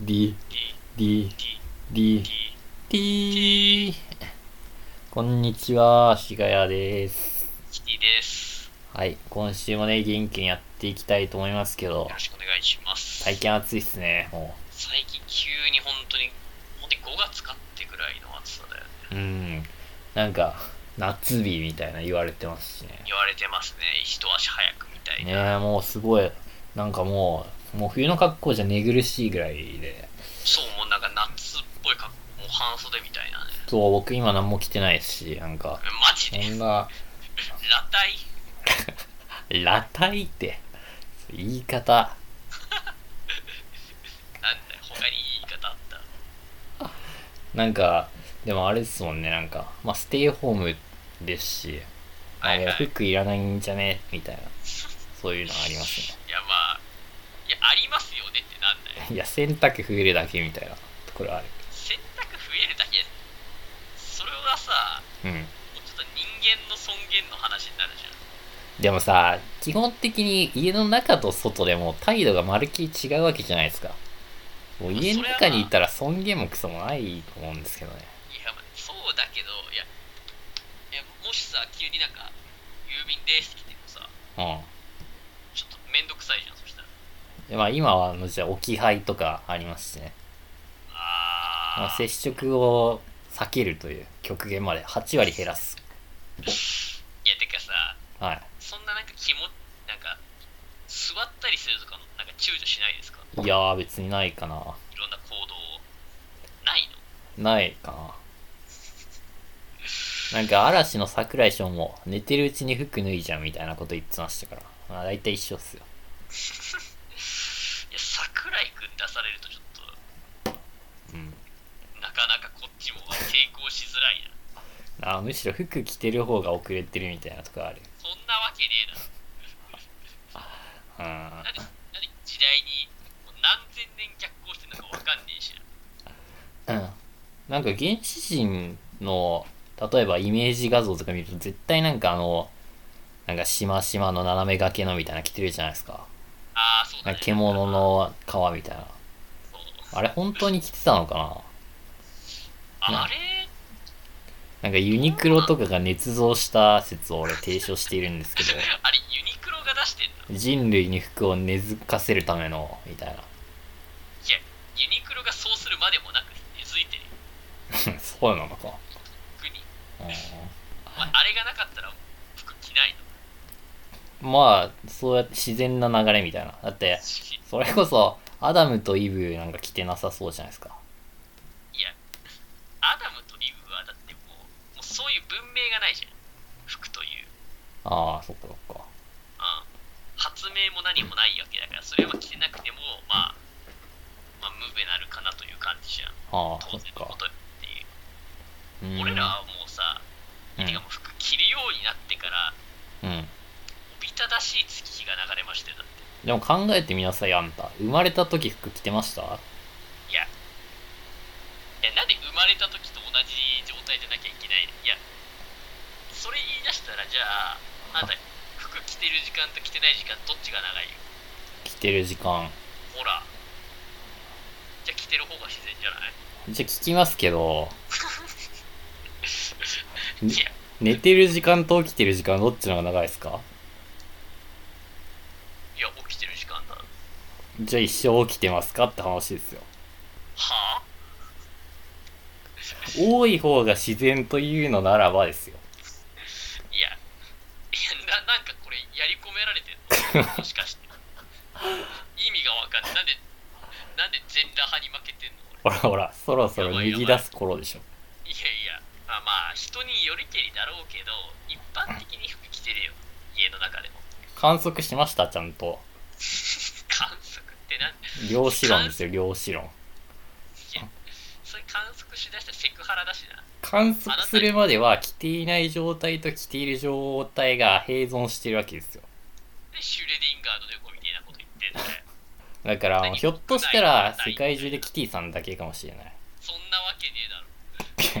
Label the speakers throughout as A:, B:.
A: D D D D こんにちは、しがやです。
B: キティです。
A: はい、今週もね、元気にやっていきたいと思いますけど
B: よろ、しくお願いします。
A: 最近暑いっすね、も
B: 最近急に本当に、本当に5月かってぐらいの暑さだよね。
A: う。うん。なんか、夏日みたいな言われてますしね。
B: 言われてますね。一足早くみたい
A: ね
B: な。
A: え、もうすごい、なんかもう、もう冬の格好じゃ寝苦しいぐらいで、
B: そう、もうなんか夏っぽい格好、もう半袖みたいなね。
A: そう、僕今何も着てないですし、なんか、
B: マジ
A: そ
B: で
A: んな、
B: 裸体
A: 裸体って、言い方。
B: なんだよ。他にいい言い方あった。
A: なんか、でもあれですもんね、なんか、まあ、ステイホームですし、まあ
B: はい
A: もう
B: はい。
A: 服いらないんじゃねみたいな、そういうのあります
B: いや、まあ、いや、ありますよねってなんだよ。
A: ね。いや、洗濯増えるだけみたいなところある。
B: 洗濯増えるだけ。それはさ、
A: うん。
B: もうちょっと人間の尊厳の話になるじゃん。
A: でもさ、基本的に家の中と外でもう態度がまるっきり違うわけじゃないですか。もう家の中にいたら尊厳もクソもないと思うんですけどね。
B: いや、まあそうだけど、いや、いやもしさ、急になんか、郵便ですって来てもさ、
A: う
B: ちょっとめんどくさいじゃん、そしたら。
A: ん。でまあ今はあの、じゃあ置き配とかありますしね。まあ、
B: あー、
A: 接触を避けるという極限まで8割減らす。
B: いや、てかさ、
A: はい。
B: そんななんか気も、なんか、座ったりするとかの、なんか躊躇しないですか
A: いやー別にないかない
B: ろんな行動を。ないの
A: ないかななんか嵐の桜井翔も寝てるうちに服脱いじゃんみたいなこと言ってましたからまあ大体一緒っすよ
B: いや、桜井くん出されるとちょっと、
A: うん
B: なかなかこっちも抵抗しづらいな。
A: あむしろ服着てる方が遅れてるみたいなとこある
B: そんなわけねえだろ。
A: うん
B: なんで、なんで時代に、もう何千年逆行してんのかわかんねえしな。
A: うんなんか原始人の例えばイメージ画像とか見ると絶対なんかあのなんかしましまの斜めがけのみたいなの着てるじゃないですか
B: ああ、そうだ
A: なん
B: ね。
A: か獣の皮みたいな
B: そう。
A: あれ本当に着てたのかな
B: あれ
A: なんかユニクロとかが捏造した説を俺提唱しているんですけ
B: あれ、ユニクロが出してん
A: ど、人
B: の
A: 類に服を根付かせるための、みたい
B: いや、ユニクロがそうするまでもなく根付いてるよ。
A: な。 そうなのか。
B: 服に。
A: う
B: まあれがなかったら服着ないの。
A: ん、まあ、そうやって自然な流れみたいな。だって、
B: い
A: それこそ、アダムとイブなんか着てなさそうじゃないですか。
B: や、アダムとリブはだってもう、もうそういう文明がないじゃん。服という。
A: ああ、そっかそっか。
B: うん。発明も何もないわけだから、それは着てなくても、まあ、まあ、無べなるかなという感じじゃん。
A: ああ、そ
B: 当
A: っ
B: 然の
A: か
B: こ。とっていう。
A: うん
B: 俺らはもうさ、
A: うん
B: てかもう服着るようになってから、
A: うん。
B: おびただしい月日が流れましてだって
A: でも考えてみなさい、あんた。生まれた時服着てました
B: いやいやなんで生まれた時と同じ状態じゃなきゃいけないのいやそれ言い出したらじゃああんた服着てる時間と着てない時間どっちが長いよ
A: 着てる時間。
B: ほらじゃあ着てる方が自然じゃない
A: じゃあ聞きますけど、
B: いや
A: 寝てる時間と起きてる時間どっちの方が長いですか
B: いや起きてる時間だは
A: じゃあ一生起きてますかって話ですよ。
B: あ
A: 多い方が自然というのならばですよ。
B: いやいやななんかこれやり込められてんのもしかして意味がわかんないなんでなんで全裸派に負けてんの俺
A: ほらほら、そろそろ逃げ出す頃でしょ。
B: いやいや、まあまあ、人によりけりだろうけど、一般的に服着てるよ、家の中でも。
A: 観測しました、ちゃんと。
B: 観測ってなん
A: 量子論ですよ、量子論。
B: いや、それ観測しだしたらセクハラだしな。
A: 観測するまでは着ていない状態と着ている状態が併存してるわけですよ。
B: で、シュレディンガーの猫みたいなこと言ってんだよ。
A: だから、ひょっとしたら世界中でキティさんだけかもしれない。
B: そんなわけねえだ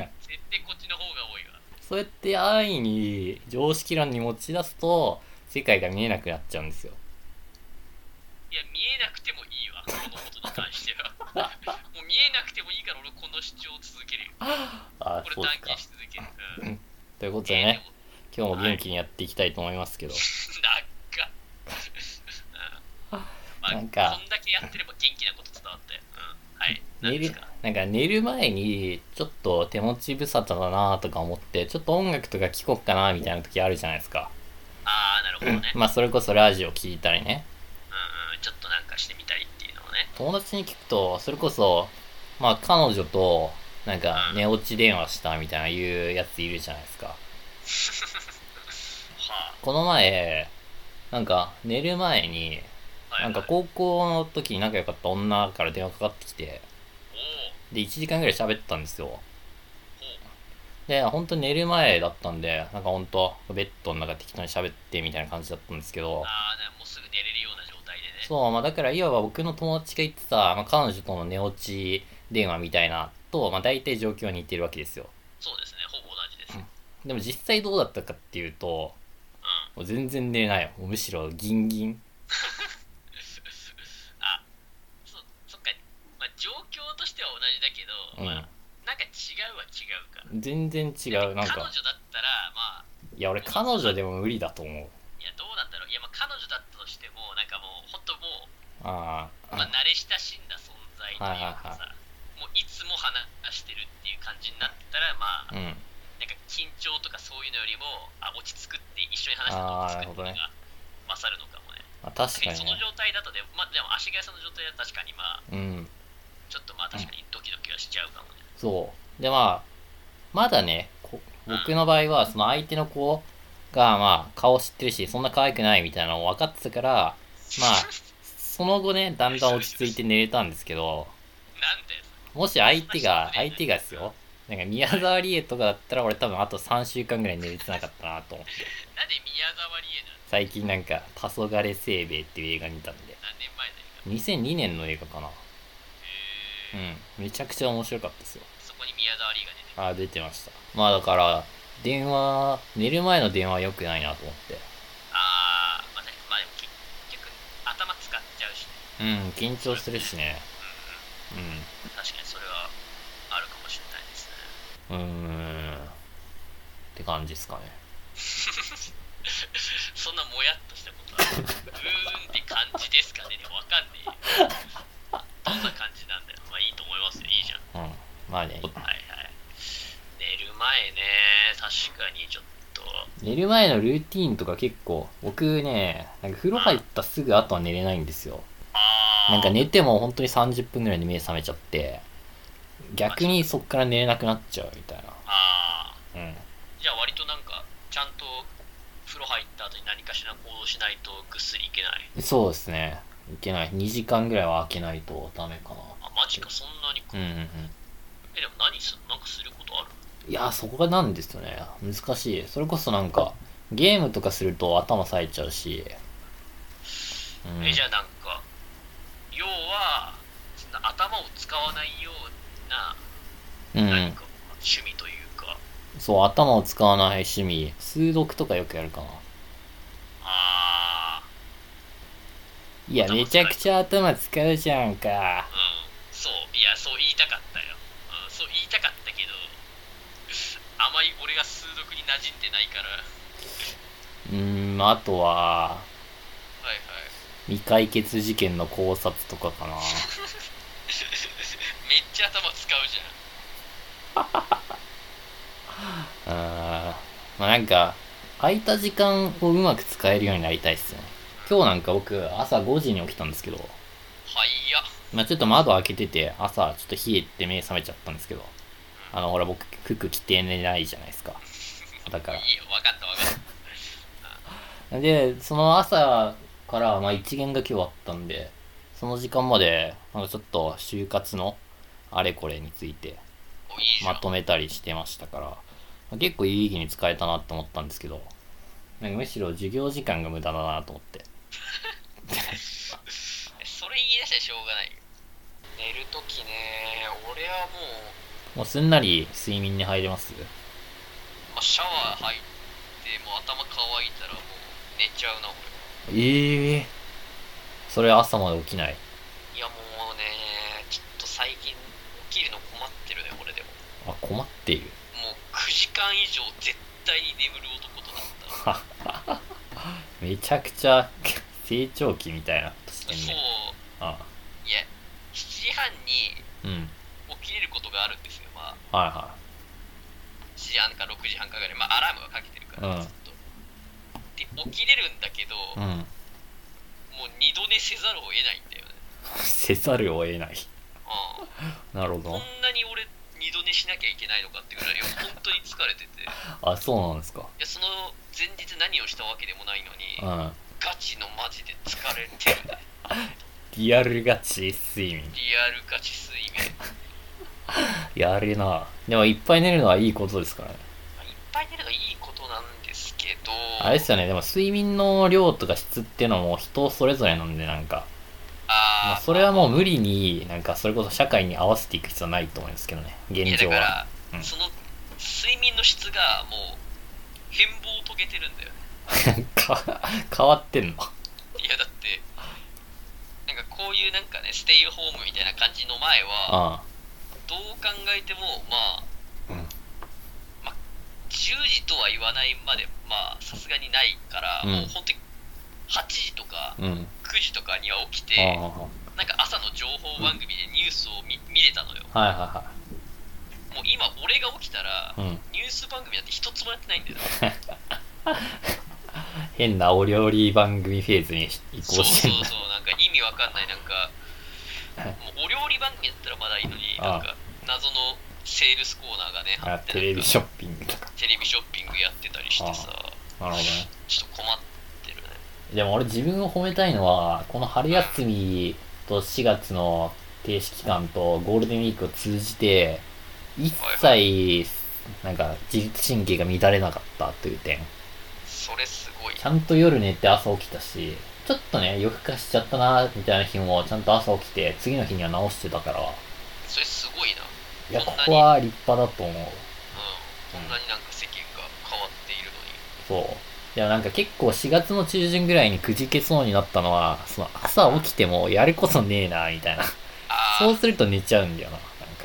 B: ろ。
A: いや
B: 絶対こっちの方が多いわ。
A: そうやって安易に常識論に持ち出すと世界が見えなくなっちゃうんですよ。
B: いや、見えなくてもいいわ、このことに関しては。もう見えなくてもいいから俺この主張を続けるよ
A: あ
B: 俺
A: そうですか
B: 断言し続ける、うん
A: ということでね今日も元気にやっていきたいと思いますけど
B: なんか、うんまあ、
A: なんか
B: こんだけやってれば元気なこと伝わって、うん、はい、
A: 寝
B: 何で
A: る
B: すか、
A: なんか寝る前にちょっと手持ち無沙汰だなとか思ってちょっと音楽とか聴こっかなみたいな時あるじゃないですか、
B: ああ、なるほどね、うん
A: まあそれこそラジオ聴いたりね
B: うん、ちょっとなんかしてみたいっていうのをね、
A: 友達に聞くとそれこそまあ彼女となんか寝落ち電話したみたいな言うやついるじゃないですか
B: は
A: この前なんか寝る前に
B: あ、はい
A: なんか高校の時に仲良かった女から電話かかってきて
B: おお
A: で1時間ぐらい喋ってたんですよ
B: ほう
A: で、本当に寝る前だったんで、なんか本当、ベッドの中適当に喋ってみたいな感じだったんですけど、
B: ああ、でももうすぐ寝れるような状態でね、
A: そう、まあだから、いわば僕の友達が言ってた、まあ、彼女との寝落ち電話みたいなと、まあ大体状況は似てるわけですよ。
B: そうですね、ほぼ同じです。うん、
A: でも実際どうだったかっていうと、もう全然寝れないよ。もうむしろギンギン。
B: あそそっか、まあ、状況としては同じだけ
A: う
B: ど、まあ
A: ん、。
B: なんか違うは違うか。
A: 全然違う。なん
B: 彼
A: か、
B: 女だったら、まあ、
A: いや、俺彼女でも無理だと思う。
B: いや、どうなんだろう。いや、まあ、彼女だったとしても、なんかもう、ほんともう、
A: ああ。
B: まあ、慣れ親しんだ存在というかさ、もういつも話してるっていう感じになったら、ま
A: う
B: あ、
A: ん。
B: なんか緊張とかそういうのよりも、あ落ち着くって、一緒に話して落ち着くっていうのが勝るのかもね。
A: まあ確
B: 確
A: かに
B: かに
A: ね
B: その。状態だとね、まあ、でも足がさの状態は確かに、まあ、
A: うん。
B: ちょっとまあ、確かにドキドキはしちゃうかもね。
A: そう。で、まあ、まだね、こ僕の場合は、その相手の子が、まあ、顔知ってるし、そんな可愛くないみたいなのを分かってたから、まあ その後ね、だんだん落ち着いて寝れたんですけど、
B: なんて、
A: もし相手 が、相手がですよ、なんか宮沢りえとかだったら、俺多分あと3週間ぐらい寝れてなかったなと思って。
B: なんで宮沢りえ
A: 最近なんか、黄昏清兵衛っていう映画見たんで、
B: なの何年前だよ。
A: 2002年の映画かな。
B: へ
A: う
B: ー
A: ん。めちゃくちゃ面白かったですよ。
B: そこに宮沢りえが出てくる。
A: あ出てましたまあだから電話寝る前の電話は良くないなと思って
B: あー、まあ、確かにまあ、でも結結局、頭使っちゃうし、
A: うん
B: ね、
A: 緊張してるしね
B: うん確かにそれはあるかもしれないですね。
A: うんうーんって感じですかね
B: そんなもやっとしたことあるうーんって感じですかねでもわかんねえよどんな感じなんだよまあいいと思いますよいいじゃん
A: うんまあね
B: はいはい寝る前ね確かにちょっと
A: 寝る前のルーティーンとか結構僕ねなんか風呂入ったすぐ後は寝れないんですよ
B: あー
A: なんか寝ても本当に30分ぐらいで目覚めちゃって逆にそっから寝れなくなっちゃうみたい
B: あ
A: なうん
B: ーじゃあ割となんかちゃんと風呂入った後に何かしら行動しないとぐっすりいけない
A: そうですねいけない2時間ぐらいは開けないとダメか
B: あマジかそんなにか、
A: なうんうんうん
B: えでも何すなんかすることある
A: いやーそこがなんですよね難しいそれこそなんかゲームとかすると頭冴えちゃうし、うん、
B: えじゃあなんか要はそんな頭を使わないような
A: うんう
B: 何
A: ん
B: か趣味というか、
A: そう頭を使わない趣味数読とかよくやるかな
B: ああ
A: いや
B: 頭
A: めちゃくちゃ頭使うじゃんか
B: うんそういやそう言いたかったよ、うん、そう言いたかったけど あまり俺が数読に馴染んでないからは
A: うーんあとはい
B: はい
A: 未解決事件の考察とかかな
B: めっちゃ頭使うじゃん
A: うーんまあなんか空いた時間をうまく使えるようになりたいっすよね今日なんか僕朝5時に起きたんですけど
B: はいや
A: まあ、ちょっと窓開けてて、朝ちょっと冷えて目覚めちゃったんですけど、あの、ほら、僕、服着て寝ないじゃないですか。だから
B: いいよ分かった分かった
A: で、その朝から、まあ、一限が今日あったんで、その時間まで、なんかちょっと、就活のあれこれについて、
B: おいいじゃ
A: ま
B: ん、
A: とめたりしてましたから、まあ結構有意義に使えたなって思ったんですけど、なんかむしろ授業時間が無駄だなと思って。
B: それ言い出したらしょうがないよ寝るときね俺はもう
A: もうすんなり睡眠に入れます
B: まあ、シャワー入ってもう頭乾いたらもう寝ちゃうな俺
A: ええそれ朝まで起きない。
B: いやもうねちょっと
A: 困っている。
B: もう9時間以上絶対に眠る男となった
A: めちゃくちゃ 成長期みたいなことしてん
B: そう
A: ね。あ
B: いや7時半に
A: うん。
B: 起きれることがあるんですよまあ
A: はいは
B: 7時半か6時半かぐらいまあアラームはかけてるから、
A: うん
B: ずっとで起きれるんだけど、
A: い。うん。
B: もう二度寝せざるを得ないんだよね
A: せざるを得ない。
B: うん
A: なる
B: こ
A: ほ
B: んなに俺二度寝しなきゃいけないのかってぐらい本当に疲れててい
A: ど。あ、そうなんですか。
B: やその前日何をしたわけでもないのに
A: うん。
B: ガチのマジで疲れてるね
A: リアルガチ睡眠。
B: リアルガチ睡眠
A: やるな。でもいっぱい寝るのはいいことですからね。
B: いっぱい寝るのがいいことなんですけど
A: あれですよね、でも睡眠の量とか質っていうのも人それぞれなんで、なんか、ま
B: あ
A: あ、
B: ー
A: それはもう無理に、なんかそれこそ社会に合わせていく必要はないと思うんですけどね、
B: いや
A: 現
B: だ
A: 状
B: か
A: は。
B: ら、
A: うん
B: その睡眠の質がもう変貌を遂げてるんだよね
A: なんか、変わってんの。
B: いやだってなんかこういうなんかねステイホームみたいな感じの前は
A: あ
B: どう考えてもまあ
A: あ、うん。
B: 10時とは言わないまでまあさすがにないから、
A: うん
B: もう本当に8時とか
A: うん。
B: 9時とかには起きて
A: あ
B: なんか朝の情報番組でニュースを見見れたのよ
A: あ、はいは
B: もう今俺が起きたら
A: いはい。うん。
B: ニュース番組なんて一つもやってないんだよ
A: 変なお料理番組フェーズに移
B: そ
A: 行
B: う
A: して
B: そ
A: ん
B: う
A: だ。
B: そうなんか意味わかんないなんかもうお料理番組だったらまだいいのに
A: あ
B: な
A: あ
B: んか謎のセールスコーナーがね
A: あ
B: あって
A: テレビシ
B: ョ
A: ョッピングとか。
B: テレビショッピングやってたりしてさ
A: なるほどね。
B: ちょっと困ってるね
A: でも俺自分を褒めたいのは、この春休みと4月の停止期間とゴールデンウィークを通じて、一切、なんか自律神経が乱れなかったという点。
B: それすごい
A: ちゃんと夜寝て朝起きたし、ちょっとね、夜更かしちゃったな、みたいな日もちゃんと朝起きて、次の日には直してたから、
B: それすごいな
A: いや、ここは立派だと思う。
B: うんこんなになんか世間が変わっているのに
A: そう。いや、なんか結構4月の中旬ぐらいにくじけそうになったのは、その朝起きてもやることねえな、みたいな。
B: ああ
A: そうすると寝ちゃうんだよな、なんか。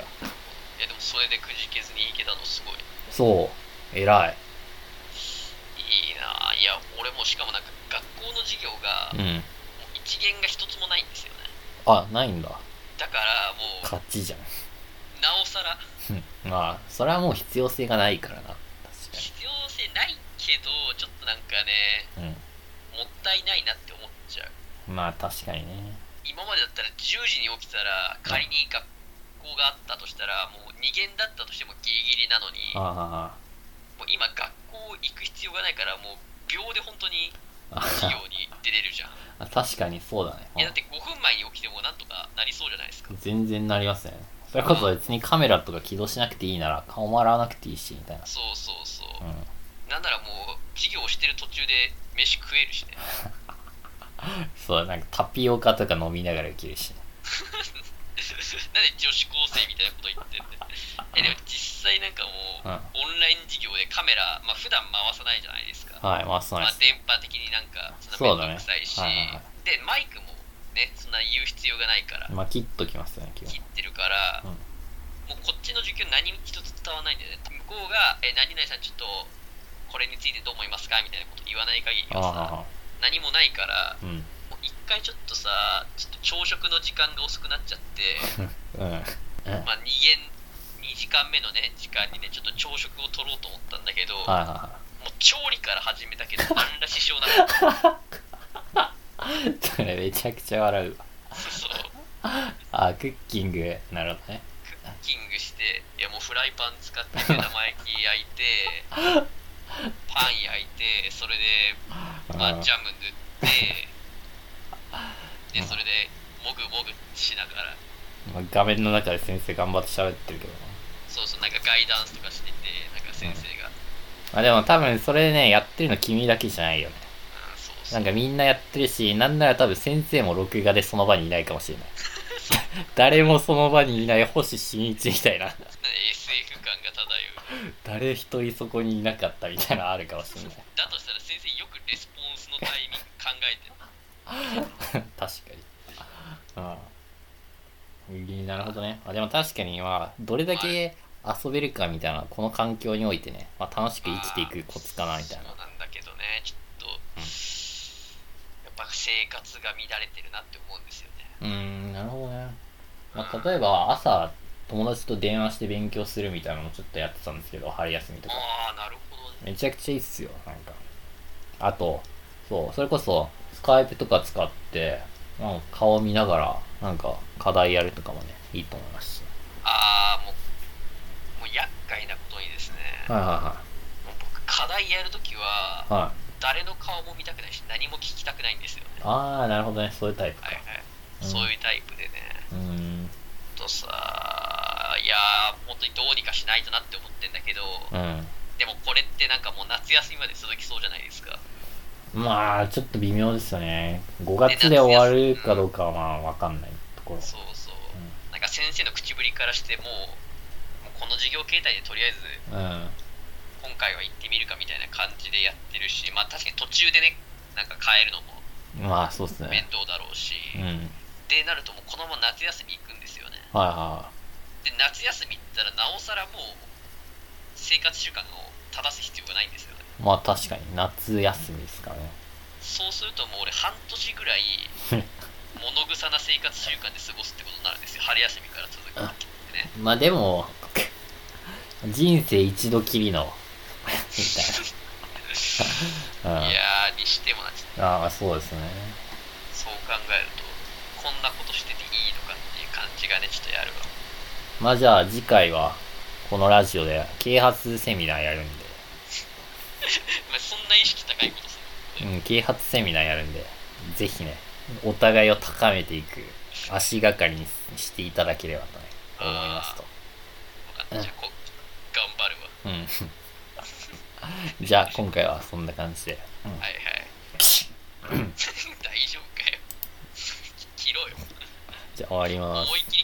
B: いやでもそれでくじけずにいけたのすごい
A: そう。偉い。
B: いいないや俺もしかもなんか学校の授業が
A: う。
B: もうん一元が一つもないんですよね
A: あ、ないんだ。
B: だからもう
A: 勝ちじゃん。
B: なおさら
A: うんまあ、それはもう必要性がないからな。確
B: 必要性ないけどちょっとなんかね
A: かに。
B: もったいないなって思っちゃ
A: う
B: う
A: ん。まあ、確かにね。
B: 今までだったら10時に起きたら仮に学校があったとしたらもう2限だったとしてもギリギリなのに
A: あ
B: もう今学校行く必要がないからもう秒で本当に
A: ああ
B: 授業に出れるじゃん
A: あ。確かにそうだ
B: いやだっ
A: ね。
B: て5分前に起きてもなんとかなりそうじゃないですか
A: 全然なりますね。それこそ別にカメラとか起動しなくていいなら、顔も洗わなくていいし、みたいな。
B: そうそうそう
A: うん。
B: なんならもう授業してる途中で飯食えるしね
A: そう、なんかタピオカとか飲みながら受けるし、ね。
B: なんで女子高生みたいなこと言ってんだよえでも実際なんかもう
A: うん。
B: オンライン授業でカメラまあ普段回さないじゃないですか
A: はい、まあ、そう
B: ま
A: で
B: あ
A: す。
B: 電波的になんかそんな面倒くさいし、
A: そうだねはいはいは
B: でマイクもねそんな言う必要がないから
A: まあ、切っときますよね、基
B: 切
A: 本。
B: ってるから、
A: うん
B: もうこっちの授業何一つ伝わらないんだよね向こうが「え何々さんちょっとこれについてどう思いますか?」みたいなこと言わない限り
A: ああ
B: はさ、何もないから
A: うん。
B: もう一回ちょっとさちょっと朝食の時間が遅くなっちゃって
A: うん。うん。
B: まあ2限2時間目のね時間にねちょっと朝食を取ろうと思ったんだけど、
A: はいはいは
B: もう調理から始めたけど何ら支障なか った
A: い。 それめちゃくちゃ笑うわ。
B: そう
A: あ、クッキング。なるほどね。
B: クッキングしていやもうフライパン使って目玉焼き焼いて パン焼いてそれで、まあ、ジャム塗ってでそれでもぐもぐしながら
A: うんまあ画面の中で先生頑張って喋ってるけどな。
B: そうそうなんかガイダンスとかしててなんか先生が、
A: まあ、でも多分それね、やってるの君だけじゃないよね。
B: うん、そうそ
A: な
B: うん
A: かみんなやってるし、なんなら多分先生も録画でその場にいないかもしれ ない。誰もその場にいない星新一みたいな。
B: なんで SF 感が漂う
A: 誰一人そこにいなかったみたいなのあるかもしれない。
B: だとしたら先生よくレスポンスのタイミング考えてる
A: 確かに。うん。なるほどね。あでも確かに、まあ、どれだけ遊べるかみたいな、この環境においてね、まあ、楽しく生きていくコツかなみたい
B: そ
A: な
B: う。なんだけどねちょっと、
A: うん
B: やっぱ生活が乱れてるなって思うんですよね
A: うーん、なるほどね。まあ、例えば、朝、友達と電話して勉強するみたいなのもちょっとやってたんですけど、春休みとか。
B: ああなるほどね
A: めちゃくちゃいいっすよ、なんか。あと、そう、それこそ、スカイプとか使って、なんか顔見ながら、なんか、課題やるとかもね、いいと思いますし。
B: ああもうもう厄介なことにですね、
A: はいは
B: もう僕課題やるときはい
A: はい。はい。
B: 誰の顔も見たくないし何も聞きたくないんですよね
A: あー、なるほどね、そういうタイプか
B: はい。はい、
A: うん
B: そういうタイプでね
A: うーん、
B: ちょっとさいやー本当にどうにかしないとなって思ってんだけど
A: うん。
B: でもこれってなんかもう夏休みまで続きそうじゃないですか
A: まあ、ちょっと微妙ですよね。5月で終わるかどうかは、まあ、わかんないところ。
B: そうそう
A: う
B: なんか先生の口ぶりからしてもうもうこの授業形態でとりあえず
A: ん。うん。
B: 今回は行ってみるかみたいな感じでやってるしまあ確かに途中でねなんか変えるのも
A: まあ、そうですね。
B: 面倒だろうし、
A: うん。はい
B: でなるともうこのまま夏休み行くんですよね
A: は
B: で夏休み行ったらなおさらもう生活習慣を正す必要がないんですよね
A: い。まあ、確かに、夏休みですからね。
B: そうするともう俺半年ぐ らい物臭な生活習慣で過ごすってことになるんですよ春休みから続くってね
A: まあでも、 人生一度きりの、みたいな。うん
B: いやーにしてもな
A: ああ、そうですね。
B: そう考えるとこんなことしてていいのかっていう感じがねちょっとやるわ
A: まあじゃあ次回は、このラジオで啓発セミナーやるん
B: まあそんな意識高いことする
A: で、うん、啓発セミナーやるんで、ぜひね、お互いを高めていく足がかりにしていただければとね、思いますと。
B: 分かったじゃあこ頑張るわ
A: うん。じ ゃあ今回はそんな感じで。うん
B: はい はい大丈夫かよ 切ろうよ
A: じゃあ終わります
B: 思。い切